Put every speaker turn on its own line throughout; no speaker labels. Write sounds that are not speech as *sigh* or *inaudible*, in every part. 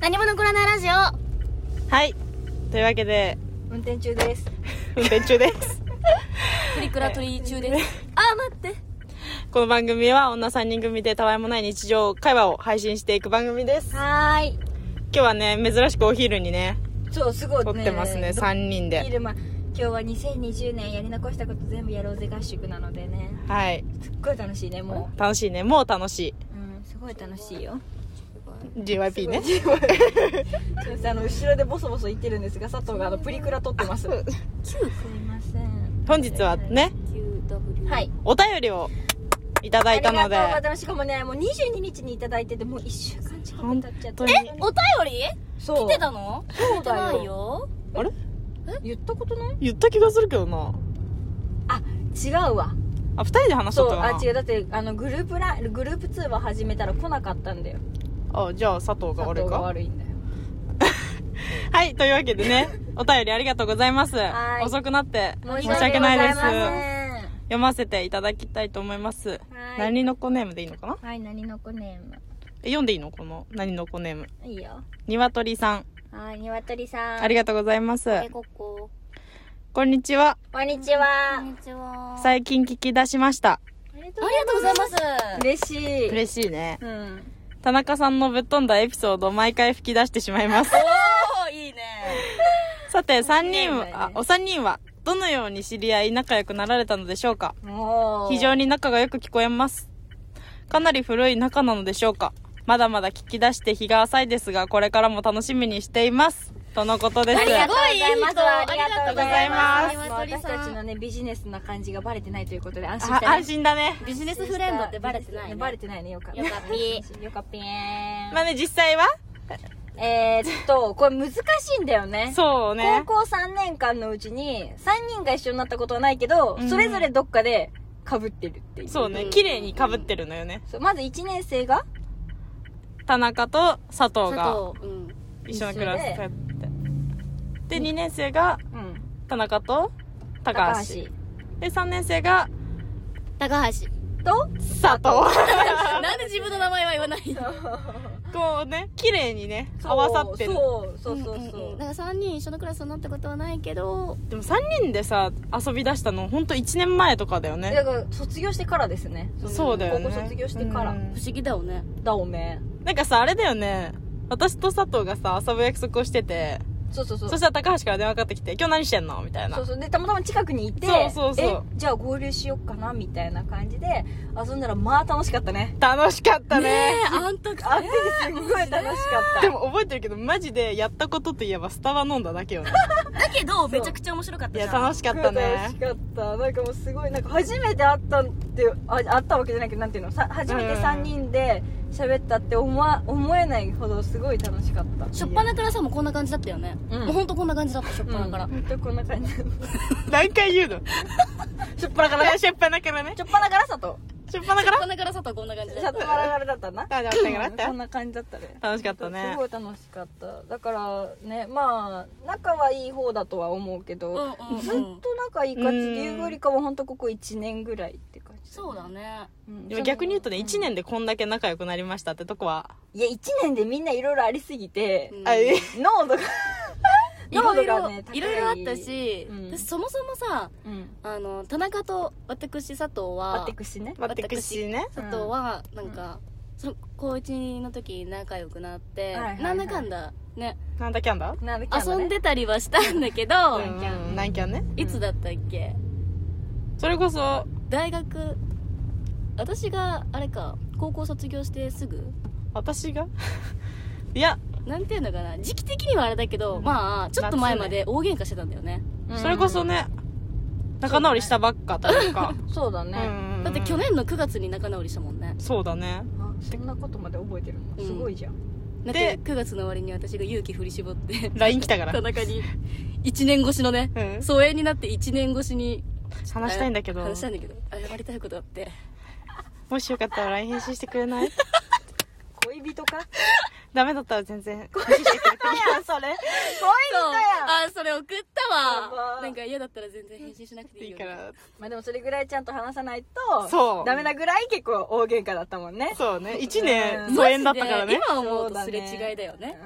何も残らないラジオ
はいというわけで
運転中です
運転中です
*laughs*
プリクラ撮り中ですあー待って
この番組は女3人組でたわいもない日常会話を配信していく番組です今
はーい
日はね珍しくお昼にね
そうすごい
撮ってますね3人で
昼間今日は2020年やり残したこと全部やろうぜ合宿なのでね
はい
すっごい楽しいねも
楽しいねもう楽し
う、うん、すごい楽しいよ
い GYP ね
すいませんあの後ろでボソボソ言ってるんですが佐藤があのプリクラ撮ってますすいません
本日はね
はい
お便りをいただいたので
ありがとうございますしかもねもう22日にいただいててもう1週間近く経っちゃっ
本当
て
に
お便り
そう
来てたの
そ
来
う
て
だ
ない
よ
よ
あれ
言ったことない
言った気がするけどな
あ違うわ
あ二人で話しと
そ
っ
う
た
あ
か
違うだってあのグループライングループ通話始めたら来なかったんだよ
なあじゃあ佐藤が
佐
悪い
藤が
か
悪いんだよ
はいというわけでねお便りありがとうございます
はい
遅くなって
申
申
し
し
訳
訳
な
ないい
で
ですす読ませていただきたいと思います
はい
何の子ネームでいいのかな
はい何の子ネーム
え読んでいいのこの何の子ネーム
いいよ
にわとりさん
はいニワトリさん
ありがとうございます
えここ
こんにちは
こんにち
こん
は
にちはあ
最近聞き出しました
ありが
りがとうございます
嬉しい
嬉しいね
うん
田中さんのぶっ飛んだエピソードを毎回吹き出してしまいます
おーいいね
さて3人
間違い
は
ない
あお三人はどのように知り合い仲良くなられたのでしょうか
もう
非常に仲がよく聞こえますかなり古い仲なのでしょうかまだまだ聞き出して日が浅いですがこれからも楽しみにしていますとのことです
ありがとう
ありがとうございます
ありがとうございます
ありがとうございますもう私たちのねビジネスな感じがバレてないということで安心し
あ
た
安心だね
ビジネスフレンドってバレてないね
バレてないねよかった
よかった
*laughs* よかったー
まあね実際は
えー、っとこれ難しいんだよね
そうね
高校3年間のうちに3人が一緒になったことはないけど、
うん
それぞれどっかで被ってるっていう
そうね綺麗に被ってるのよね
そうまず1年生が
田中と佐
佐
藤が
藤うん
一緒のクラスだってで2年生が
うん
田中と高橋で3年生が
高橋
と
佐
*laughs*
藤
なんで自分の名前は言わないの
こうね綺麗にね合わさってる
そうそうそうそう,、
んんんなんか3人一緒のクラスになったことはないけど
でも3人でさ遊び出したのほんと1年前とかだよね
だから卒業してからですねの
そうだよね
高校卒業してから、
うん
不思議だよね
だおめ
なんかさあれだよね私と佐藤がさ遊ぶ約束をしてて
そうそうそう
そしたら高橋から電話かかってきて「今日何してんの?」みたいな
そうそうでたまたま近くにいて
そうそうそう
えじゃあ合流しよっかなみたいな感じで遊んだらまあ楽しかったね
楽しかったね
あんたか
あっすっごい楽しかった
でも覚えてるけどマジでやったことといえばスタバ飲んだだけよ
*laughs*
ね
だけどめちゃくちゃ面白かっ
い
たじ
や
ゃん
楽しかった
楽
ね
しかったなんかもうすごいなんか初めて会ったってあ会ったわけじゃないけどなんていうのさ初めて
うん
3人で喋ったって思わ思えないほどすごい楽しかった
しょっぱなからさもうこんな感じだったよね、
うん
もうほんとこんな感じだったしょっぱなから、
うんほんとこんな感じし
何回言うの
ょっぱなか
*laughs*
ら
しょっぱなからね
しょっぱなからさと
しょっぱな
し
か
ょっ
ら
ぱなからさとはこんな感じ
し
だ
ょ
っ
っぱな
た
からだったな
あじゃあしょっぱなからだった
こんな感じだったね
楽しかったね
すごい楽しかっただからねまあ仲はいい方だとは思うけど、
うんうんうん
ずっと仲いい感じでいうよりかは本当ここ1年ぐらいって感じ
そうだね
うん
でも逆に言うとね
ん
1年でこんだけ仲良くなりましたってとこはい
や1年でみんないろいろありすぎて、
うん
あえ
濃度が
*laughs* いろいろ
ね高
いろいろあったし、
うん
私そもそもさ
うん
あの田中と私佐藤
あっ
は
てくしね
私ね
佐藤はなんか、その高一の時に仲良くなって、
はいはいはい
なんだかんだね
なんだキャンだ
なんだっけあ
遊
のね
んでたりはしたんだけど、
う
なん
ん
キャン
なんキャンね
いつだったっけ
それこそ
大学私があれか高校卒業してすぐ
私が *laughs* いや
なんていうのかな時期的にはあれだけど、
うん
まあちょっと前まで大喧嘩してたんだよね
うん
それこそね仲直りしたばっかというか
そうだ
うん
*laughs* ね、
うんうん
だって去年の9月に仲直りしたもんね
そうだね
あそんなことまで覚えてるの、
うん
すごいじゃん
だって9月の終わりに私が勇気振り絞って
LINE 来たから
田中に1年越しのね
うん
疎遠になって1年越しに
話したいんだけど
話したいんだけど謝りたいことあって
もしよかったら LINE 返信してくれない
*laughs*
恋人か
ダメだったら全然返信してくれていい
やそれ
そうあそれ送った
やば
わなんか嫌だったら全然返信しなくて *laughs* いい
いい
よ
から
まあでもそれぐらいちゃんと話さないと
そう
ダメなぐらい結構大喧嘩だったもんね
そうね
う
1
ん
年
疎
疎遠だったからね
マジで今思うとすれ違いだよね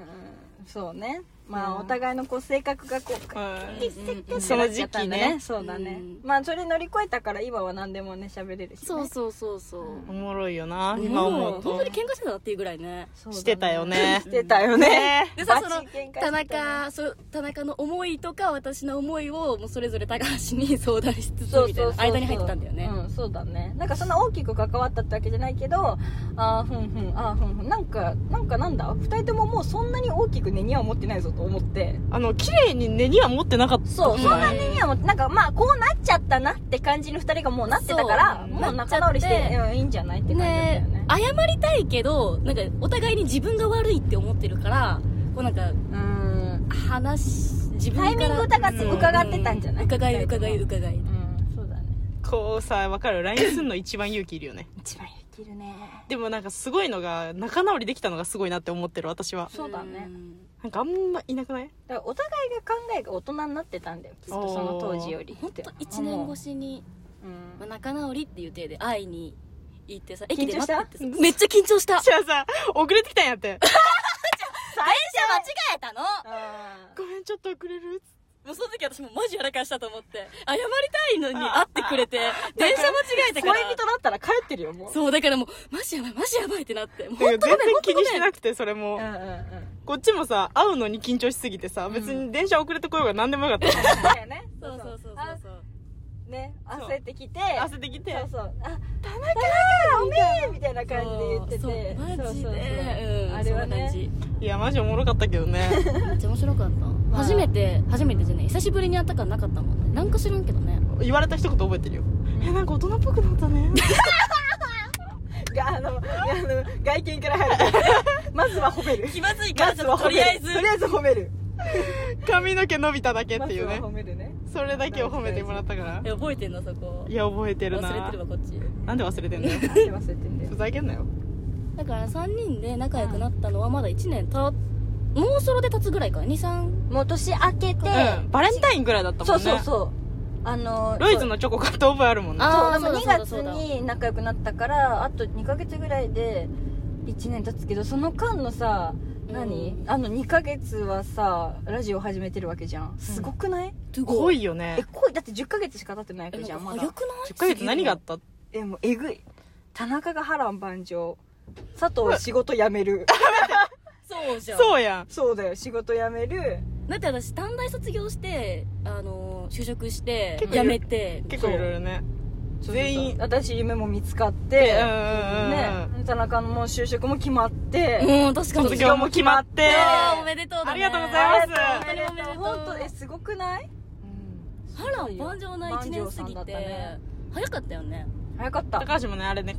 うんそうねまあ、
うん
お互いのこう性格がこう
はい
一石二鳥
その時期ね
そうだね、
うん
まあそれ乗り越えたから今は何でもね喋れるし、ね、
そうそうそうそう、
おもろいよな今思う
本
と
当に喧嘩してたなっていうぐらいね
そうだね
してたよね
してたよね
でさそ
バ
の
チ喧嘩してた
田
ね
中そう田中の思いとか私の思いをもうそれぞれ高橋に相談しつつ
そう
みたい
そ
うな
そう
間に入ってたんだよね、
うんそうだねなんかそんな大きく関わったってわけじゃないけどあーふんふんあーふんふんなんかなんかなんだ二人とももうそんなに大きく根には持ってないぞと思って
あの綺麗に根には持ってなかった
そう、
ん
そんなにはもうなんかまあこうなっちゃったなって感じの二人がもうなってたから
そう
もう仲直りして
なっちゃ
うんいいんじゃないって感じだったよ
ね
ね
謝りたいけどなんかお互いに自分が悪いって思ってるからこうなんか
うん
話し自分か
タ
ら
イミング伺って
うん
伺ってたんじゃない
伺い
二人と
伺
も
い伺い
うんそうだね
こうさ分かる LINE すんの一番勇気いるよね *laughs*
一番生きるね
でもなんかすごいのが仲直りできたのがすごいなって思ってる私は
そうだね
ん
なんかあんまいなくない
だからお互いが考えが大人になってたんだよきっとその当時より
ほんと1年越しに
うん
まあ仲直りっていう体で会いに行ってさ駅で
緊張
待
した
っててめっちゃ緊張した電
じゃあさ遅れてきたんやって
車間違えたの
あ
ごめんちょっと遅れる
もうその時私もマジやらかしたと思って謝りたいのに会ってくれて電車間違え
ー
たか
恋
ら
人だったら帰ってるよもう
そうだからもうマジやばいマジやばいってなってもう
全
本当ご
然
めん本当
気
ご
にして
めん
なくてそれも、
うんうんうん
こっちもさ会うのに緊張しすぎてさ別に電車遅れてこようが何でもよかっ
だよね
そうそうそう
あ
そう
ね
そう
焦ってき
た
て
焦ってきて
そうそうあ田中ごめんみたいな感じで言ってて
そうマジ
そうそう
で
そ
う
う
ん
あれはね
そん
いやマジおもろかったけど
*laughs*
ね
な感じめっちゃ面白かった、
あ
初めて初めてじゃない久しぶりに会ったからなかったもんねなんか知らんけどね
言われた一言覚えてるよ、えなんか大人っぽくなっ
*laughs*
たね
があのあの外見から入るまずは褒める
気まずい
*laughs* まずは褒めるとりあえず褒める
髪の毛伸びただけっていう
ま
ね
ずは褒めるね
それだけを褒めてもらったから
覚えてんのそこ
いや覚えてるな
忘れてるわこっち
なんで忘れてんのよ
あれ忘れてんだよ
ふざけんなよ
だから3人で仲良くなったのはまだ1年たもうそろで経つぐらいか23
もう年明けて
うんバレンタインぐらいだったもん
そ
ね
うそうそうあの
ロイズのチョコ買った覚えあるもんね
あ
そうで
ー
も
そうだそ
2月
うだそうだ
に仲良くなったからあと2ヶ月ぐらいで1年経つけどその間のさ何、
うん
あの2ヶ月はさラジオ始めてるわけじゃんすごくない、
濃
い
いよ
え
ね
恋だって10ヶ月しか経ってないわけじゃ
早く
んま
ない
だ
10ヶ月何があった
えもうえぐい田中が波乱万丈佐藤は仕事辞める
そうじゃん
そうやん
そうだよ仕事辞める
だって私短大卒業してあの就職して
結構い
辞
る
めて
結構いろいろね全員
私夢も見つかっ
で
て、
うんうんうん
ね田中のもう就職も決まって、
うん確かに
卒業も決まって
あーおめでとうだ、ね、
ありがとうござい
あ
ます
りがとう
おめでとう
本当えすごくない
波乱万丈な1年過ぎて、早かったよね
早かった
高橋もねあれね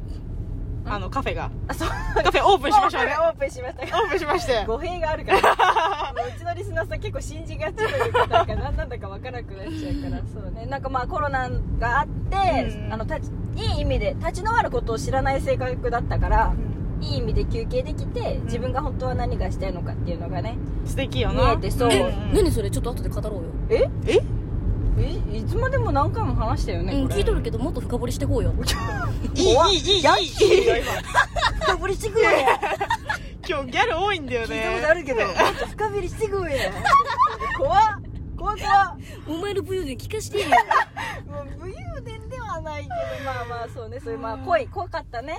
あのカフェが
あそう
カフェオープンしましょうね
*laughs* オープンしました
オープンしまして
語弊があるから *laughs* もううちのリスナーさん結構信じがちというかなんか何なんだかわからなくなっちゃうからそうねなんかまあコロナがあって、
うん
あの立ちいい意味で立ち止まることを知らない性格だったから、いい意味で休憩できて自分が本当は何がしたいのかっていうのがね
素敵よ
見
な
えてそう
え、
ん
何それちょっと後で語ろうよ、
え
え
えいつまでも何回も話したよね、
うん
これ
聞いとるけどもっと深掘りしてこう
*laughs*
よ
いいい
怖っ
いいいいい
いや今深掘りしてく *laughs* わよ
今日ギャル多いんだよ
聞
ね
いたことあるけどもっと *laughs* 深掘りしてくわよ怖っ怖っ怖っ
お前の武勇伝聞かしてよ、
もう武勇伝ではないけどまあまあそうねそういうまあ濃い濃かったね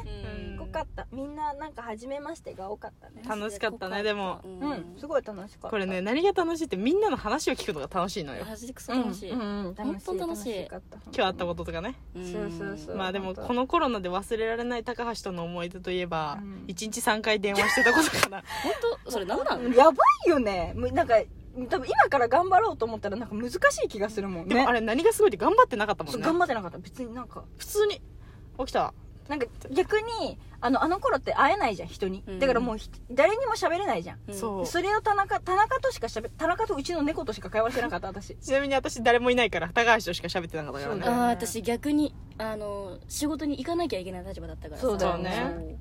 ん
濃かったみんななんか初めましてが多かったね
楽しかったねでも
う
うん、すごい楽しかった
これね何が楽しいってみんなの話を聞くのが楽しいのよ
マジでクソ
うん
楽しい、
うん
今
うん
本当楽しい
かった今
今日あったこととかね
そうそうそう
まあでもこのコロナで忘れられない高橋との思い出といえば
うん
1日3回電話してたことかな
本当それ何なの
やばいよねもうなんか多分今から頑張ろうと思ったらなんか難しい気がするもん
で
ね
もあれ何がすごいって頑張ってなかったも
そ
ん
う
ね
頑張ってなかった別になんか
普通に起きた
なんか逆にあのあの頃って会えないじゃん人に、
うん
だからもうひ誰にも喋れないじゃん、
うん
そう
それを田中田中としか喋田中とうちの猫としか会話してなかった私
ちなみに私誰もいないから高橋としか喋ってなかったから
そう
ね
だよ
ああ
ね
私逆にあの仕事に行かなきゃいけない立場だったからさ
そう
だよね
そう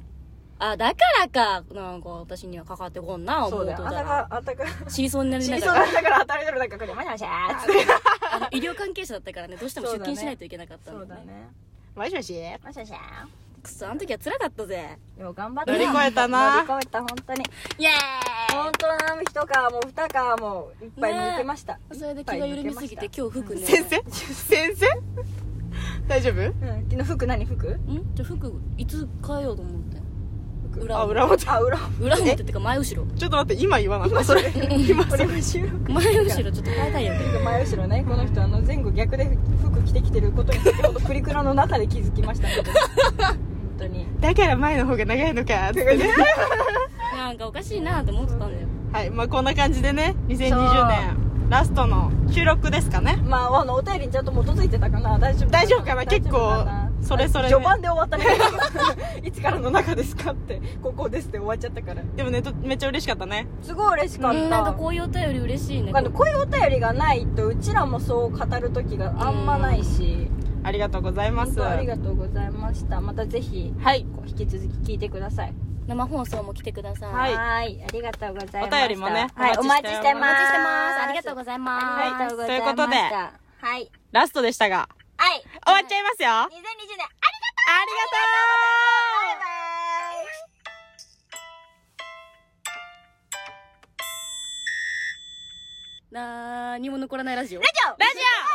あだからかなんか私にはかかってこんな思
そう
う
だ
と
よ
だ
あんた
ら
があんたが
死にそうになり
死
な
に
が
そう
ら
だったから働いてるなんかこれマシャマシャーっつって
あの医療関係者だったからねどうしても
そ
出
うだね
勤しないといけなかったんだよね
ね
もしもし
マシャシャー
くそあの時は辛かったぜ
でも頑張った
乗り越えたな
乗り越えた本当に
イエーイ
本当の雨日とかもう二かもういっぱい抜けました、
それで気が緩みすぎて今日服ね
先生先生大丈夫
うん、昨日服何服
んじゃあ服いつ変えようと思って
服
裏
あ裏表
あ裏
裏表っていうか前後ろ
ちょっと待って今言わなかったそれ今
これも収録
前後ろちょっと変えたいよ
前後ろねこの人あの前後逆で服着てきてることに先ほどプリクラの中で気づきましたけ
*laughs*
ど本当に
だから前の方が長いのかってね
なんかおかしいなって思ってたんだよ
はいまあこんな感じでね2020年ラストの収録ですかね
まああのお便りにちゃんと基づいてたかな大丈夫
大丈夫かな
大丈夫かな
結構それぞれね
序盤で終わったねいつからの *laughs* 中ですかってここですって終わっちゃったから
でもねとめっちゃ嬉しかったね
すごい嬉しかった、
うんなんかこういうお便り嬉しいね
あのこういうお便りがないとうちらもそう語る時があんまないし、
ありがとうございま
本
す
当ありがとうございましたまたぜひ
はい
こう引き続き聞いてください
生放送も来てください
はい
はいありがとうございました
お便りもね
はい、
お
お
待
待
ち
ち
し
してて
お
ま
お
す
待ちしてますありがとうご
ござい
ざい
ま
ます
ありがとうございま
ということで
したはい
ラストでしたが
はい
終わっちゃいますよありがとう
2020年あバイバイ
何も残らないラジオ
ラジオ
ラジオ